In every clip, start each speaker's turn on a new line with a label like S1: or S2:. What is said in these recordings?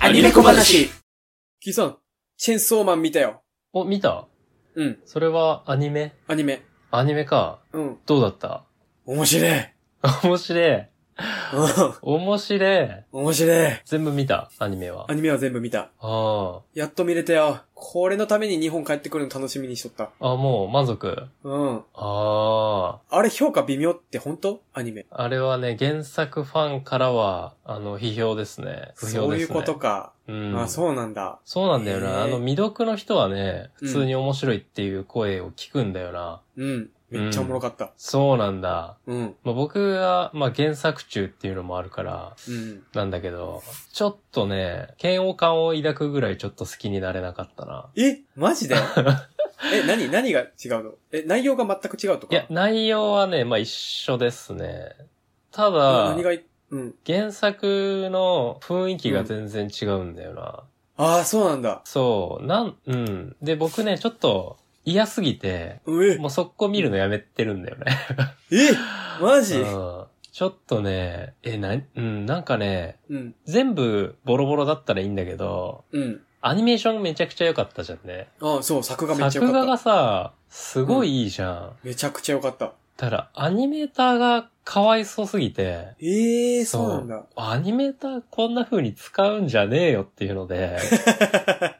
S1: アニメ小話キーさん、チェンソーマン見たよ。
S2: お、見た
S1: うん、
S2: それはアニメ
S1: アニメ。
S2: アニメか。
S1: うん。
S2: どうだった
S1: 面白い。
S2: 面白い。
S1: うん。
S2: 面白い。
S1: 面白い。
S2: 全部見た、アニメは。
S1: アニメは全部見た。
S2: あ
S1: やっと見れたよ。これのために日本帰ってくるの楽しみにしとった。
S2: あ。あ、もう満足。
S1: うん。
S2: ああ。
S1: あれ評価微妙って本当アニメ。
S2: あれはね、原作ファンからは、あの、批評ですね。不評ですね。
S1: そういうこと。か。
S2: うん。
S1: あ、そうなんだ。
S2: そうなんだよ
S1: へ
S2: な。
S1: ー
S2: あの、未読の人はね、
S1: うん
S2: 普通に面白いっていう声を聞くんだよな。
S1: うん。めっちゃおもろかった。
S2: そうなんだ。
S1: うん。
S2: まあ、僕は、まあ、原作中っていうのもあるから、
S1: うん。
S2: なんだけど、ちょっとね、嫌悪感を抱くぐらいちょっと好きになれなかったな。
S1: え マジでえ、何何が違うのえ、内容が全く違うとか
S2: いや、内容はね、まあ一緒ですね。た
S1: あ
S2: だ
S1: 何、がい、うん。
S2: 原作の雰囲気が全然違うんだよな。
S1: ああ、そうなんだ。
S2: そう、なん、うん。で、僕ね、ちょっと嫌すぎて、
S1: うえ、
S2: もう速攻見るのやめてるんだよね。
S1: えマジ
S2: うんちょっとね、え、な、うん、なんかね、
S1: うん。
S2: 全部ボロボロだったらいいんだけど、
S1: うん。
S2: アニメーションめちゃくちゃ良かったじゃんね。
S1: あそう、作画めっちゃ
S2: 作
S1: 良か
S2: 画
S1: った
S2: が。さ、すごいいいじゃん。
S1: めちゃくちゃ良かった。
S2: ただ、アニメーターがかわいそうすぎて、
S1: ええー、
S2: そ
S1: そううなんだ。
S2: アニメーターこんな風に使うんじゃねえよっていうの で、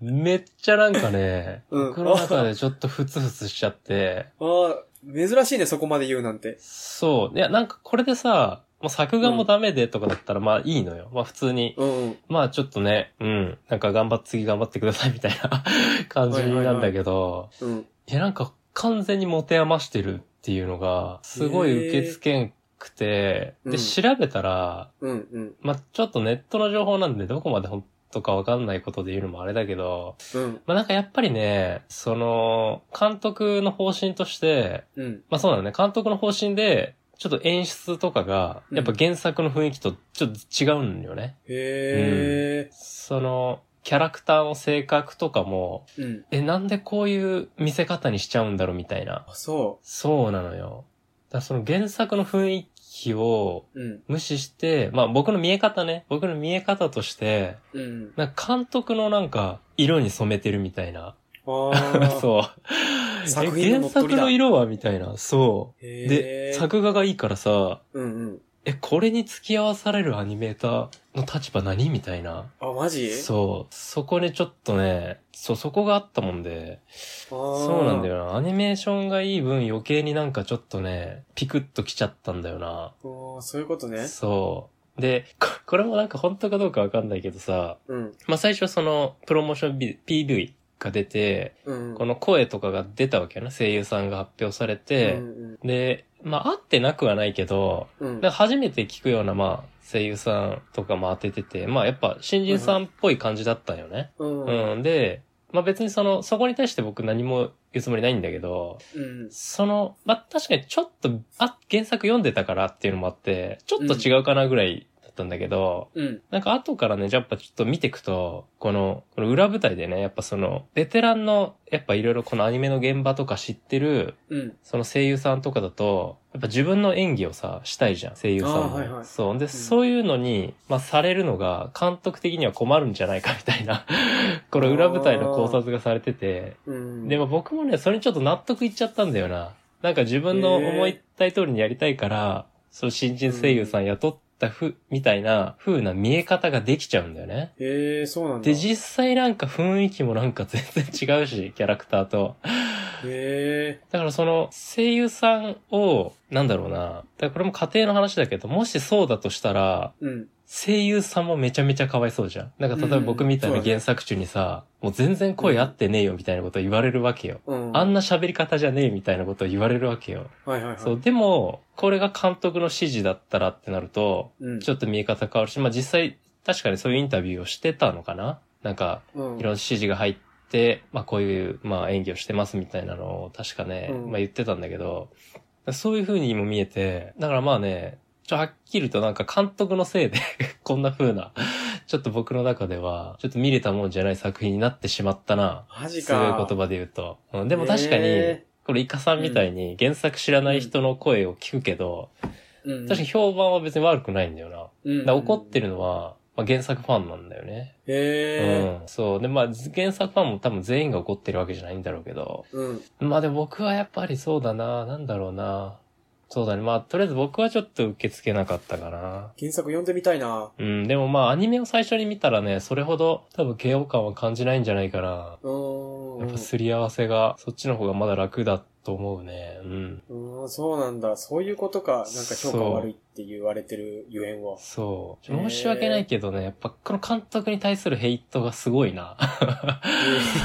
S2: めっちゃなんかね、
S1: うん
S2: 僕の中でちょっとフツフツしちゃって、
S1: ああ、珍しいね、そこまで言うなんて。
S2: そう、いや、なんかこれでさ、もう作画もダメでとかだったらまあいいのよ。まあ普通に。
S1: うんうん。
S2: まあちょっとね、うん、なんか頑張って、次頑張ってくださいみたいな 感じなんだけど、
S1: うん。
S2: いや、なんか完全に持て余してるっていうのが、すごい受け付けんくて、
S1: へー
S2: で、
S1: うん
S2: 調べたら、
S1: うんうん。
S2: まあ、ちょっとネットの情報なんでどこまで本当かわかんないことで言うのもあれだけど、
S1: うん。
S2: まあ、なんかやっぱりね、その、監督の方針として、
S1: うん。
S2: まあ、そうだね、監督の方針で、ちょっと演出とかが、やっぱ原作の雰囲気とちょっと違うんよね。
S1: へえ。
S2: その、キャラクターの性格とかも、
S1: うん。
S2: え、なんでこういう見せ方にしちゃうんだろうみたいな。
S1: あ、そ
S2: そうなのよ。だからその原作の雰囲気を
S1: う。うん。
S2: 無視して、まあ僕の見え方ね、僕の見え方として、
S1: うん。
S2: なんか監督のなんか色に染めてるみたいな。
S1: あ あ。う。
S2: そう。
S1: 作
S2: え
S1: 品
S2: 原
S1: の乗っ取
S2: 作
S1: りだ
S2: の色はみたいな。そう。
S1: へ
S2: で、
S1: え。
S2: 作画がいいからさ、
S1: うんうん。
S2: え、これに付き合わされるアニメーターの立場何みたいな。
S1: あ、マジ
S2: そう。そこにちょっとね、そう、そこがあったもんで。
S1: そ
S2: そうなんだ
S1: よ。
S2: よな。アニメーションがいい分余計になんかちょっとね、ピクッときちゃったんだよな。
S1: ああ、そういうことね。
S2: そう。で、ここれもなんか本当かどうかわかんないけどさ、
S1: うん。
S2: まあ、最初その、プロモーションビ PV が出て、
S1: うん。
S2: こ
S1: の、
S2: の声とかが出たわけよな、声優さんが発表され
S1: うん
S2: て、
S1: うん
S2: で、まあ、合ってなくはないけど、
S1: うん。
S2: で初めて聞くような、まあ、声優さんとかも当ててて、まあ、やっぱ、新人さんっぽい感じだったんよね。
S1: うん。うん。
S2: うん、で、まあ、別にその、そこに対して僕何も言うつもりないんだけど、
S1: うん。
S2: その、まあ、確かにちょっと、あ、原作読んでたからっていうのもあって、ちょっと違うかなぐらいだったんだけど、
S1: うん。
S2: なんか後からね、やっぱちょっと見ていくと、この、この裏舞台でね、やっぱその、ベテランの、やっぱいろいろこのアニメの現場とか知ってる、
S1: うん。
S2: その声優さんとかだと、やっぱ自分の演技をさ、したいじゃん、声優さん
S1: あー
S2: も。
S1: はいはい
S2: そう。で、そういうのに、まあ、されるのが、監督的には困るんじゃないかみたいな、この裏舞台の考察がされてて、
S1: うん。
S2: でも、僕もね、それにちょっと納得いっちゃったんだよな。なんか自分の思いたい通りにやりたいから、その新人声優さん雇ったふ、みたいな風な見え方ができちゃうんだよね。
S1: へえ、そうなんだ。
S2: で、実際なんか雰囲気もなんか全然違うし、キャラクターと。
S1: へえ。
S2: だからその声優さんを、なんだろうな。だからこれも家庭の話だけど、もしそうだとしたら、
S1: うん。
S2: 声優さんもめちゃめちゃかわいそうじゃん。なんか例えば僕みたい
S1: うん
S2: な
S1: そうだ
S2: 原
S1: ね
S2: 作中にさ、もう全然声合ってねえよみたいなこと言われるわけよ。
S1: うん。
S2: あんな喋り方じゃねえみたいなことを言われるわけよ。
S1: はいはいはい。
S2: そう、でも、これが監督の指示だったらってなると、
S1: うん。
S2: ちょっと見え方変わるし、まあ実際、確かにそういうインタビューをしてたのかななんか、
S1: うん
S2: いろんな指示が入って、まあこういう、まあ演技をしてますみたいなのを確かね、
S1: うん
S2: まあ言ってたんだけど、そういう風にも見えて、だからまあね、ちょ、はっきりとなんか監督のせいで、 こんな風な、ちょっと僕の中では、ちょっと見れたもんじゃない作品になってしまったな。
S1: マジ
S2: すごい
S1: か。
S2: 言葉で言うと。うん、でも確かに、
S1: へ
S2: これイカさんみたいに原作知らない人の声を聞くけど、
S1: ーうん。
S2: 確かに評判は別に悪くないんだよな。
S1: に
S2: だから怒ってるのは、まあ、原作ファンなんだよね。
S1: へ
S2: うん。そう。で、まあ、原作ファンも多分全員が怒ってるわけじゃないんだろうけど、
S1: え。うん。
S2: まあでも僕はやっぱりそうだな、なんだろうな。そうだね。まあ、とりあえず僕はちょっと受け付けなかったかな。
S1: 原作読んでみたいな。
S2: うん、でもまあアニメを最初に見たらね、それほど多分嫌悪感は感じないんじゃないかな。
S1: うーん。
S2: やっぱすり合わせが、そっちの方がまだ楽だと思うね。うん。
S1: うーん、そうなんだ。そういうことか。なんか評価
S2: そう
S1: 悪いって言われてるゆえんは。
S2: そう。
S1: へ
S2: 申
S1: ー
S2: し訳ないけどね、やっぱこの監督に対するヘイトがすごい な。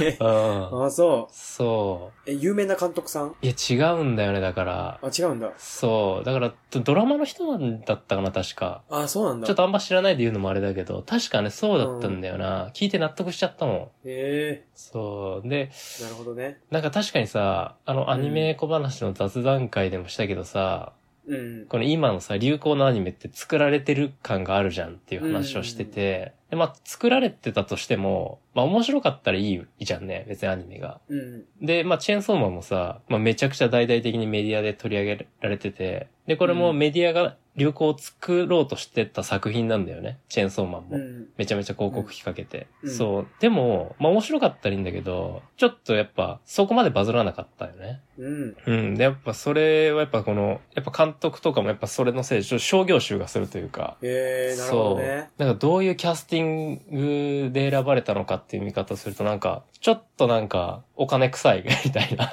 S1: えー
S2: うん。
S1: あ、そ。
S2: そう
S1: え、有名な監督さん
S2: う。いや、違うんだよね、だから。
S1: あ、違うんだ。
S2: そう。だから、ドドラマの人なんだったかな、確か。
S1: あ、そうなんだ。
S2: ちょっとあんま知らないで言うのもあれだけど、確かね、そうだったんだよな。聞いて納得しちゃったもん。
S1: え
S2: そう。で、
S1: ー、なるほどね。
S2: なんか確かにさ、あのアニメ小話の雑談会でもしたけどさ、
S1: うん。
S2: この今のさ、流行のアニメって作られてる感があるじゃんっていう話をしてて、で、まあ作られてたとしても、まあ面白かったらいいいいじゃんね、別にアニメが。
S1: うん。
S2: で、まあチェーンソーマンもさ、まあめちゃくちゃ大々的にメディアで取り上げられてて、で、これも
S1: うん
S2: メディアが流行を作ろうとしてた作品なんだよね、チェーンソーマンも。
S1: うん。
S2: めちゃめちゃ広告費かけて。
S1: うん
S2: そう。でも、まあ面白かったらいいんだけど、ちょっとやっぱそこまでバズらなかったよね。
S1: うん。
S2: うん。で、やっぱそれはやっぱこの、やっぱ監督とかもやっぱそれのせいで、ちょっと商業集がするというか、
S1: えー、なるほどね。
S2: なんかどういうキャスティングで選ばれたのかっていう見方をするとなんか、ちょっとなんかお金臭い みたいな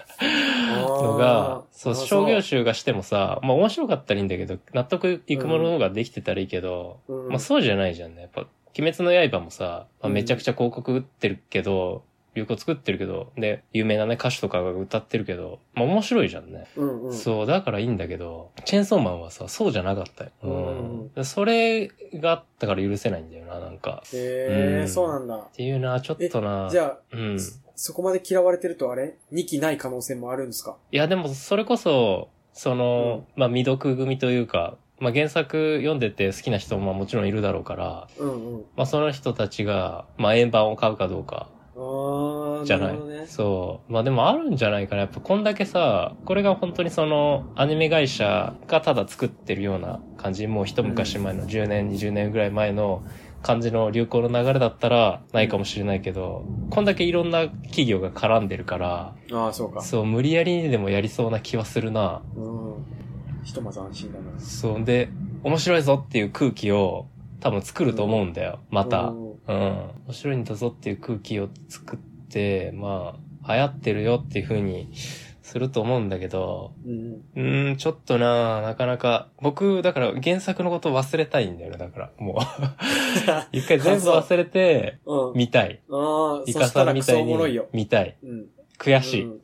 S2: のが、そう、
S1: なるほど
S2: 商業集がしてもさ、まあ面白かったらいいんだけど、納得いくものができてたらいいけど、
S1: うん
S2: まあそうじゃないじゃんね。やっぱ、鬼滅の刃もさ、まあ、めちゃくちゃ広告打ってるけど、流行作ってるけど、で、有名なね歌手とかが歌ってるけど、まあ面白いじゃんね。
S1: うんうん。
S2: そう、だからいいんだけど、チェーンソーマンはさ、そうじゃなかったよ。
S1: うん
S2: うん。それがあったから許せないんだよな、なんか。
S1: え
S2: う
S1: ー、
S2: ん
S1: そうなんだ
S2: っ。ていうな、ちょっとな。
S1: じゃあ、
S2: うん。い
S1: そこまで嫌われてるとあれ ?2 期ない可能性もあるんですか
S2: や、でも、それこそ、その、まあ、未読組というか、まあ、原作読んでて好きな人もまあもちろんいるだろうから、
S1: うんうん。
S2: まあ、その人たちが、まあ、円盤を買うかどうか、
S1: あー、
S2: じゃ
S1: な
S2: な
S1: る
S2: い
S1: ほどね。
S2: そう。まあでもあるんじゃないかな。やっぱこんだけさ、これが本当にそのアニメ会社がただ作ってるような感じ、もう一昔前の10年、20年ぐらい前の感じの流行の流れだったらないかもしれないけど、こんだけいろんな企業が絡んでるから、
S1: あー、そうか。
S2: そう、無理やりにでもやりそうな気はするな。
S1: うん。ひとまず安心だな。
S2: そう。で、面白いぞっていう空気を多分作ると思うんだよ。また。
S1: うん
S2: うん。面白いんだぞっていう空気を作って、まあ、流行ってるよっていう風にすると思うんだけど、
S1: うん。
S2: うーん、ちょっとななかなか、僕、だから原作のこと忘れたいんだよね、だから、もう。 一回全部忘れて、
S1: うん。
S2: 見たい。
S1: ああ、
S2: イ
S1: そ
S2: カ
S1: した
S2: さん
S1: ら
S2: み
S1: ク
S2: た
S1: ソ
S2: い
S1: おもろいよ
S2: に。見たい。
S1: うん。
S2: 悔し
S1: う
S2: い。
S1: ん。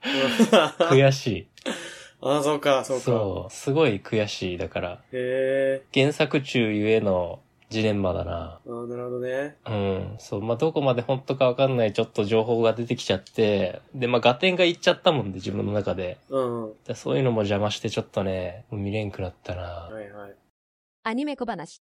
S1: あ
S2: 悔しい。
S1: あ、そうか、そうか。
S2: そう。すごい悔しい。だから、
S1: へえ。
S2: 原作中ゆえのジレンマだな
S1: ああ、なるほどね。
S2: うん。そう。まあ、どこまで本当かわかんないちょっと情報が出てきちゃって、で、まあ、合点がいっちゃったもんで、自分の中で。
S1: うん。は
S2: でそういうのも邪魔してちょっとね、もう見れんくなったな。
S1: いはい。
S3: アニメ小話。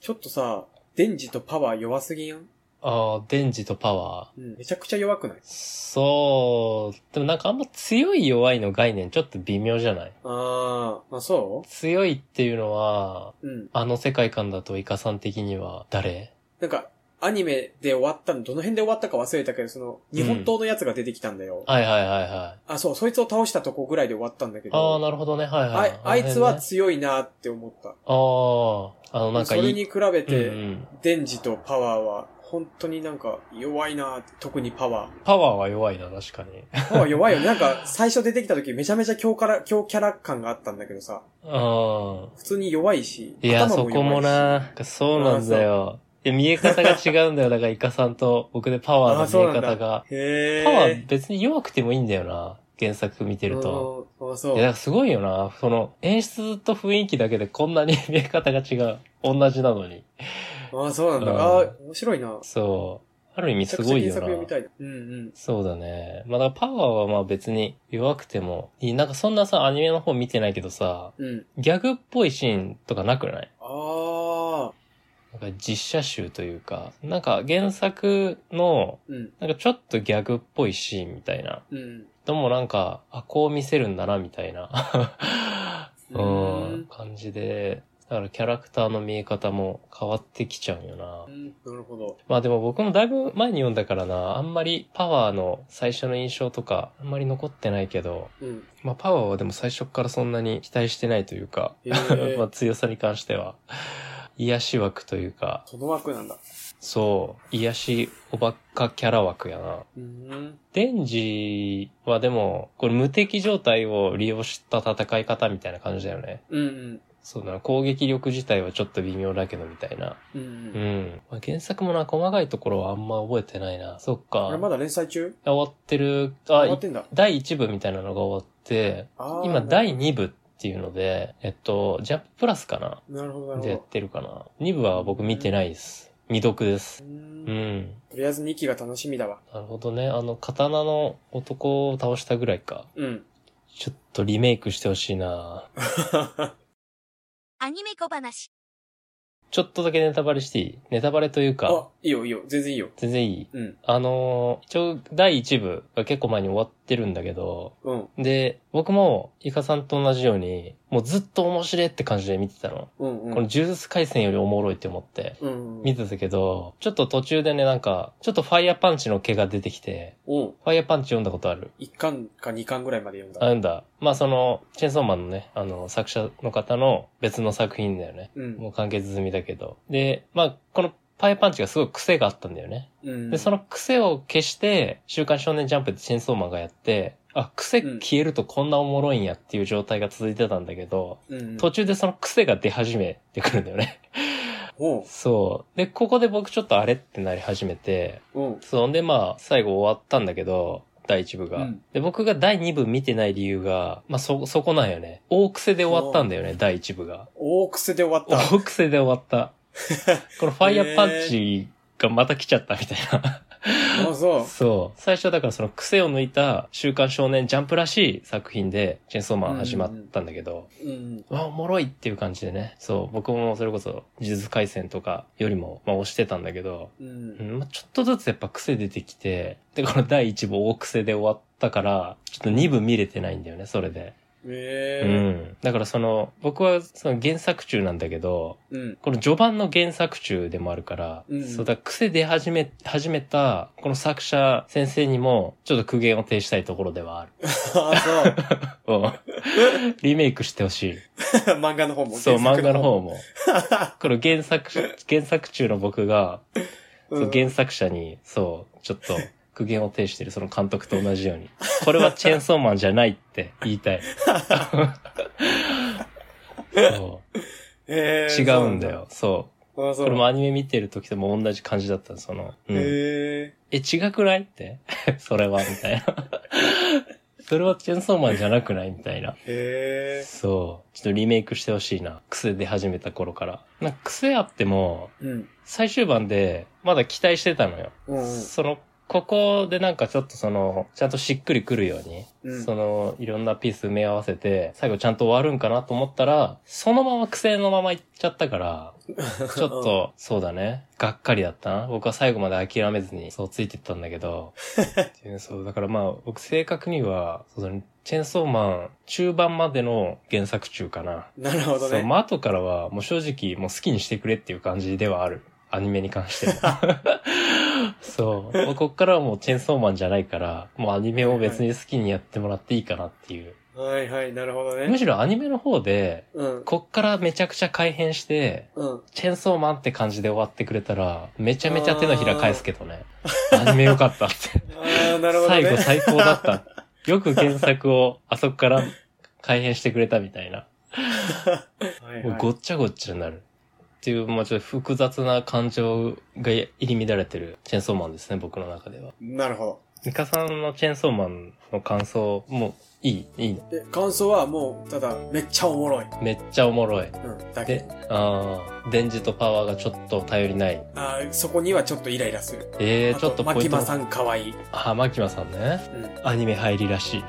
S1: ちょっとさ、デンジとパワー弱すぎん
S2: ああ、デンジとパワー。
S1: うん。めちゃくちゃ弱くない
S2: そう。でもなんかあんま強い弱いの概念ちょっと微妙じゃない
S1: ああ、あ、そ
S2: 強いっていうのは、
S1: ううん。
S2: あの世界観だとイカさん的には誰
S1: なんか、アニメで終わったの、どの辺で終わったか忘れたけど、その、日本刀のやつが出てきたんだよ。
S2: はいはいはいはい。
S1: あ、そう、そいつを倒したとこぐらいで終わったんだけど。
S2: ああ、なるほどね。はい
S1: あ
S2: はい。
S1: いあいつは
S2: あ
S1: 強いなって思った。
S2: の辺ねあー、あのなんか
S1: そ
S2: い
S1: れ
S2: い。
S1: に比べて、
S2: うんうん
S1: デンジとパワーは、本当になんか弱いな特にパワ
S2: パワーは弱いな、確かに。
S1: ー。パワー弱いよね。なんか、最初出てきた時めちゃめちゃ強キャラ、強キャラ感があったんだけどさ。
S2: うん。
S1: 普通に弱いし、
S2: いや、
S1: 頭
S2: そ
S1: も弱いし。
S2: こもな、そうなんだよ。いや見え方が違うん だよ。だから、イカさんと僕でパ
S1: あ
S2: ワ
S1: ー、
S2: ーの
S1: そう
S2: 見
S1: な
S2: え
S1: んだ
S2: 方が。。
S1: へー。
S2: パワー別に弱くてもいいんだよな。原作見てると。
S1: うん。あ、
S2: い
S1: そ
S2: や、
S1: う。
S2: だからすごいよな。その、演出と雰囲気だけでこんなに 見え方が違う。同じなのに。
S1: あ、そうなんだ。
S2: うん
S1: あー、面白いな。
S2: そう。ある意味すごい
S1: めち
S2: よ
S1: ゃくちゃ
S2: な。
S1: 原作読みたいな。うんうん。
S2: そうだね。まあ、だからパワーはまあ別に弱くてもいい。なんかそんなさ、アニメの方見てないけどさ、
S1: うん。
S2: ギャグっぽいシーンとかなくない
S1: あ
S2: なんか実写集というか、なんか原作の、
S1: ー。うん。
S2: なんかちょっとギャグっぽいシーンみたいな。
S1: うん。
S2: でもなんか、あ、こう見せるんだな、みたいな。
S1: う
S2: う
S1: ーん
S2: ん、感じで。だからキャラクターの見え方も変わってきちゃうよな
S1: う。ん、なるほど。
S2: まあでも僕もだいぶ前に読んだからな、あんまりパワーの最初の印象とか、あんまり残ってないけど、
S1: うん。
S2: まあパワーはでも最初からそんなに期待してないというか、
S1: へ ー
S2: まあ強さに関しては、癒し枠というか、
S1: その枠なんだ。
S2: そう、癒しおばっかキャラ枠やな。
S1: うん。
S2: デンジはでも、これ無敵状態を利用した戦い方みたいな感じだよね。
S1: うんうん。
S2: そうだな、攻撃力自体はちょっと微妙だけどみたいな。
S1: うんう。
S2: うんん。まあ、原作もな、細かいところはあんま覚えてないな。そっか。
S1: あれまだ連載中
S2: 終わってる。
S1: 終わ
S2: あ
S1: っ、てんだ。
S2: 第1部みたいなのが終わって、
S1: あー
S2: 今第2部っていうので、えっと、ジャンププラスかな
S1: なるほど、なるほ
S2: でやっ
S1: ど。
S2: てるかな。2部は僕見てないです。未読です
S1: う。
S2: うんん。
S1: とりあえず2期が楽しみだわ。
S2: なるほどね。あの、刀の男を倒したぐらいか。
S1: うん。
S2: ちょっとリメイクしてほしいな
S3: アニメ小話。
S2: ちょっとだけネタバレしていいネタバレというか
S1: あ、、いいよいいよ。全然いいよ。
S2: 全然いい
S1: うん。
S2: あのー一応第1部が結構前に終わってるんだけど、
S1: うん。
S2: で、僕もイカさんと同じように、もうずっと面白いって感じで見てたの。
S1: うんうん。
S2: この呪術回戦よりおもろいって思って。
S1: うん。
S2: 見てたけど、ちょっと途中でね、なんか、ちょっとファイヤーパンチの毛が出てきて、
S1: うん。
S2: ファイヤーパンチ読んだことある
S1: 1巻か2巻ぐらいまで読ん
S2: あ、
S1: だ。
S2: 読んだ。まあその、チェーンソーマンのね、あの、作者の方の別の作品だよね。
S1: うん。
S2: もう完結済みだけど。で、まあ、このファイヤーパンチがすごい癖があったんだよね。
S1: うん。
S2: で、その癖を消して、週刊少年ジャンプでチェンソーマンがやって、あ、癖消えるとこんなおもろいんやっていう状態が続いてたんだけど、
S1: うん、
S2: 途中でその癖が出始めてくるんだよね。
S1: おう
S2: そう。で、ここで僕ちょっとあれってなり始めて、
S1: うん。
S2: そんでまあ、最後終わったんだけど、第1部が、
S1: うん
S2: で、僕が第2部見てない理由が、まあそ、そこなんよね。大癖で終わったんだよね、第1部が。
S1: 大癖で終わった。
S2: 大癖で終わ った。このファイヤーパンチがまた来ちゃったみたいな。
S1: あ、 そ
S2: そう。最初だからその癖を抜いた週刊少年ジャンプらしい作品で、チェンソーマン始まったんだけど、
S1: う。うん。
S2: わあ、おもろいっていう感じでね。そう、僕もそれこそ、呪術回戦とかよりも、まあ、推してたんだけど、
S1: う。
S2: うんんまあ、ちょっとずつやっぱ癖出てきて、で、この第1部大癖で終わったから、ちょっと2部見れてないんだよね、それで。う
S1: え
S2: ん。だからその、僕はその原作中なんだけど、
S1: え。うん。
S2: この序盤の原作中でもあるから、
S1: うん
S2: そうだ、癖出始め、始めた、この作者先生にも、ちょっと苦言を呈したいところで はある。
S1: あ、
S2: うんリメイクしてほしい。
S1: そう。漫画の方も。
S2: そう、漫画の
S1: も。
S2: 方も。この原作、原作中の僕が、そううん原作者に、そう、ちょっ と、苦言を呈してる、その監督と同じように。これはチェーンソーマンじゃないって言いたい。そう
S1: え え
S2: 違うんだ。よ。そう。
S1: そうなんあ、そう。
S2: これもアニメ見てる時とも同じ感じだったのその、うん
S1: え
S2: え、違くないって。 それは、みたいな。 それはチェンソーマンじゃなくないみたいな。
S1: え。へえ。
S2: そう。ちょっとリメイクしてほしいな。癖出始めた頃から。なんか癖あっても、
S1: うん。
S2: 最終版でまだ期待してたのよ。
S1: うんうん。
S2: その、ここでなんかちょっとその、ちゃんとしっくりくるように、
S1: うん
S2: その、いろんなピース埋め合わせて、最後ちゃんと終わるんかなと思ったら、そのまま癖のままいっちゃった から、ちょっと、そうだね。がっかりだったな。僕は最後まで諦めずに、そうついてったんだけ ど。っていうねそう、だからまあ、僕正確には、そうだね、チェンソーマン、中盤までの原作中かな。
S1: なるほど
S2: そう、
S1: ね。
S2: まあ後からは、もう正直、もう好きにしてくれっていう感じではある。アニメに関 しては。そう。もうこっからはもうチェンソーマンじゃないから、もうアニメを別に好きにやってもらっていいかなっていう。
S1: はいはい、なるほど
S2: む
S1: ね。
S2: しろアニメの方で、
S1: うん。
S2: こっからめちゃくちゃ改変して、
S1: うん。
S2: チェーンソーマンって感じで終わってくれたら、めちゃめちゃ手のひら返すけどね。アニメ良かったって。
S1: あ あ、なるほど
S2: 最後
S1: ね。
S2: 最高だった。よく原作をあそこから改変してくれたみたいな。
S1: はい
S2: もう
S1: はい
S2: ごっちゃごっちゃになる。っていう、まあちょっと複雑な感情が入り乱れてるチェーンソーマンですね、僕の中では。
S1: なるほど。
S2: ミカさんのチェーンソーマンの感想もいいいいの
S1: で、感想はもう、ただ、めっちゃおもろい。
S2: めっちゃおもろい。
S1: うん。だ
S2: で
S1: け。、
S2: ああ、電磁とパワーがちょっと頼りない。
S1: ああ、そこにはちょっとイライラする。
S2: ええ
S1: あ
S2: ー、ちょっと
S1: マ
S2: ポイ
S1: キ
S2: ント
S1: マ。さん可愛い。
S2: あ、マキマさんね。
S1: うん。
S2: アニメ入りらしい。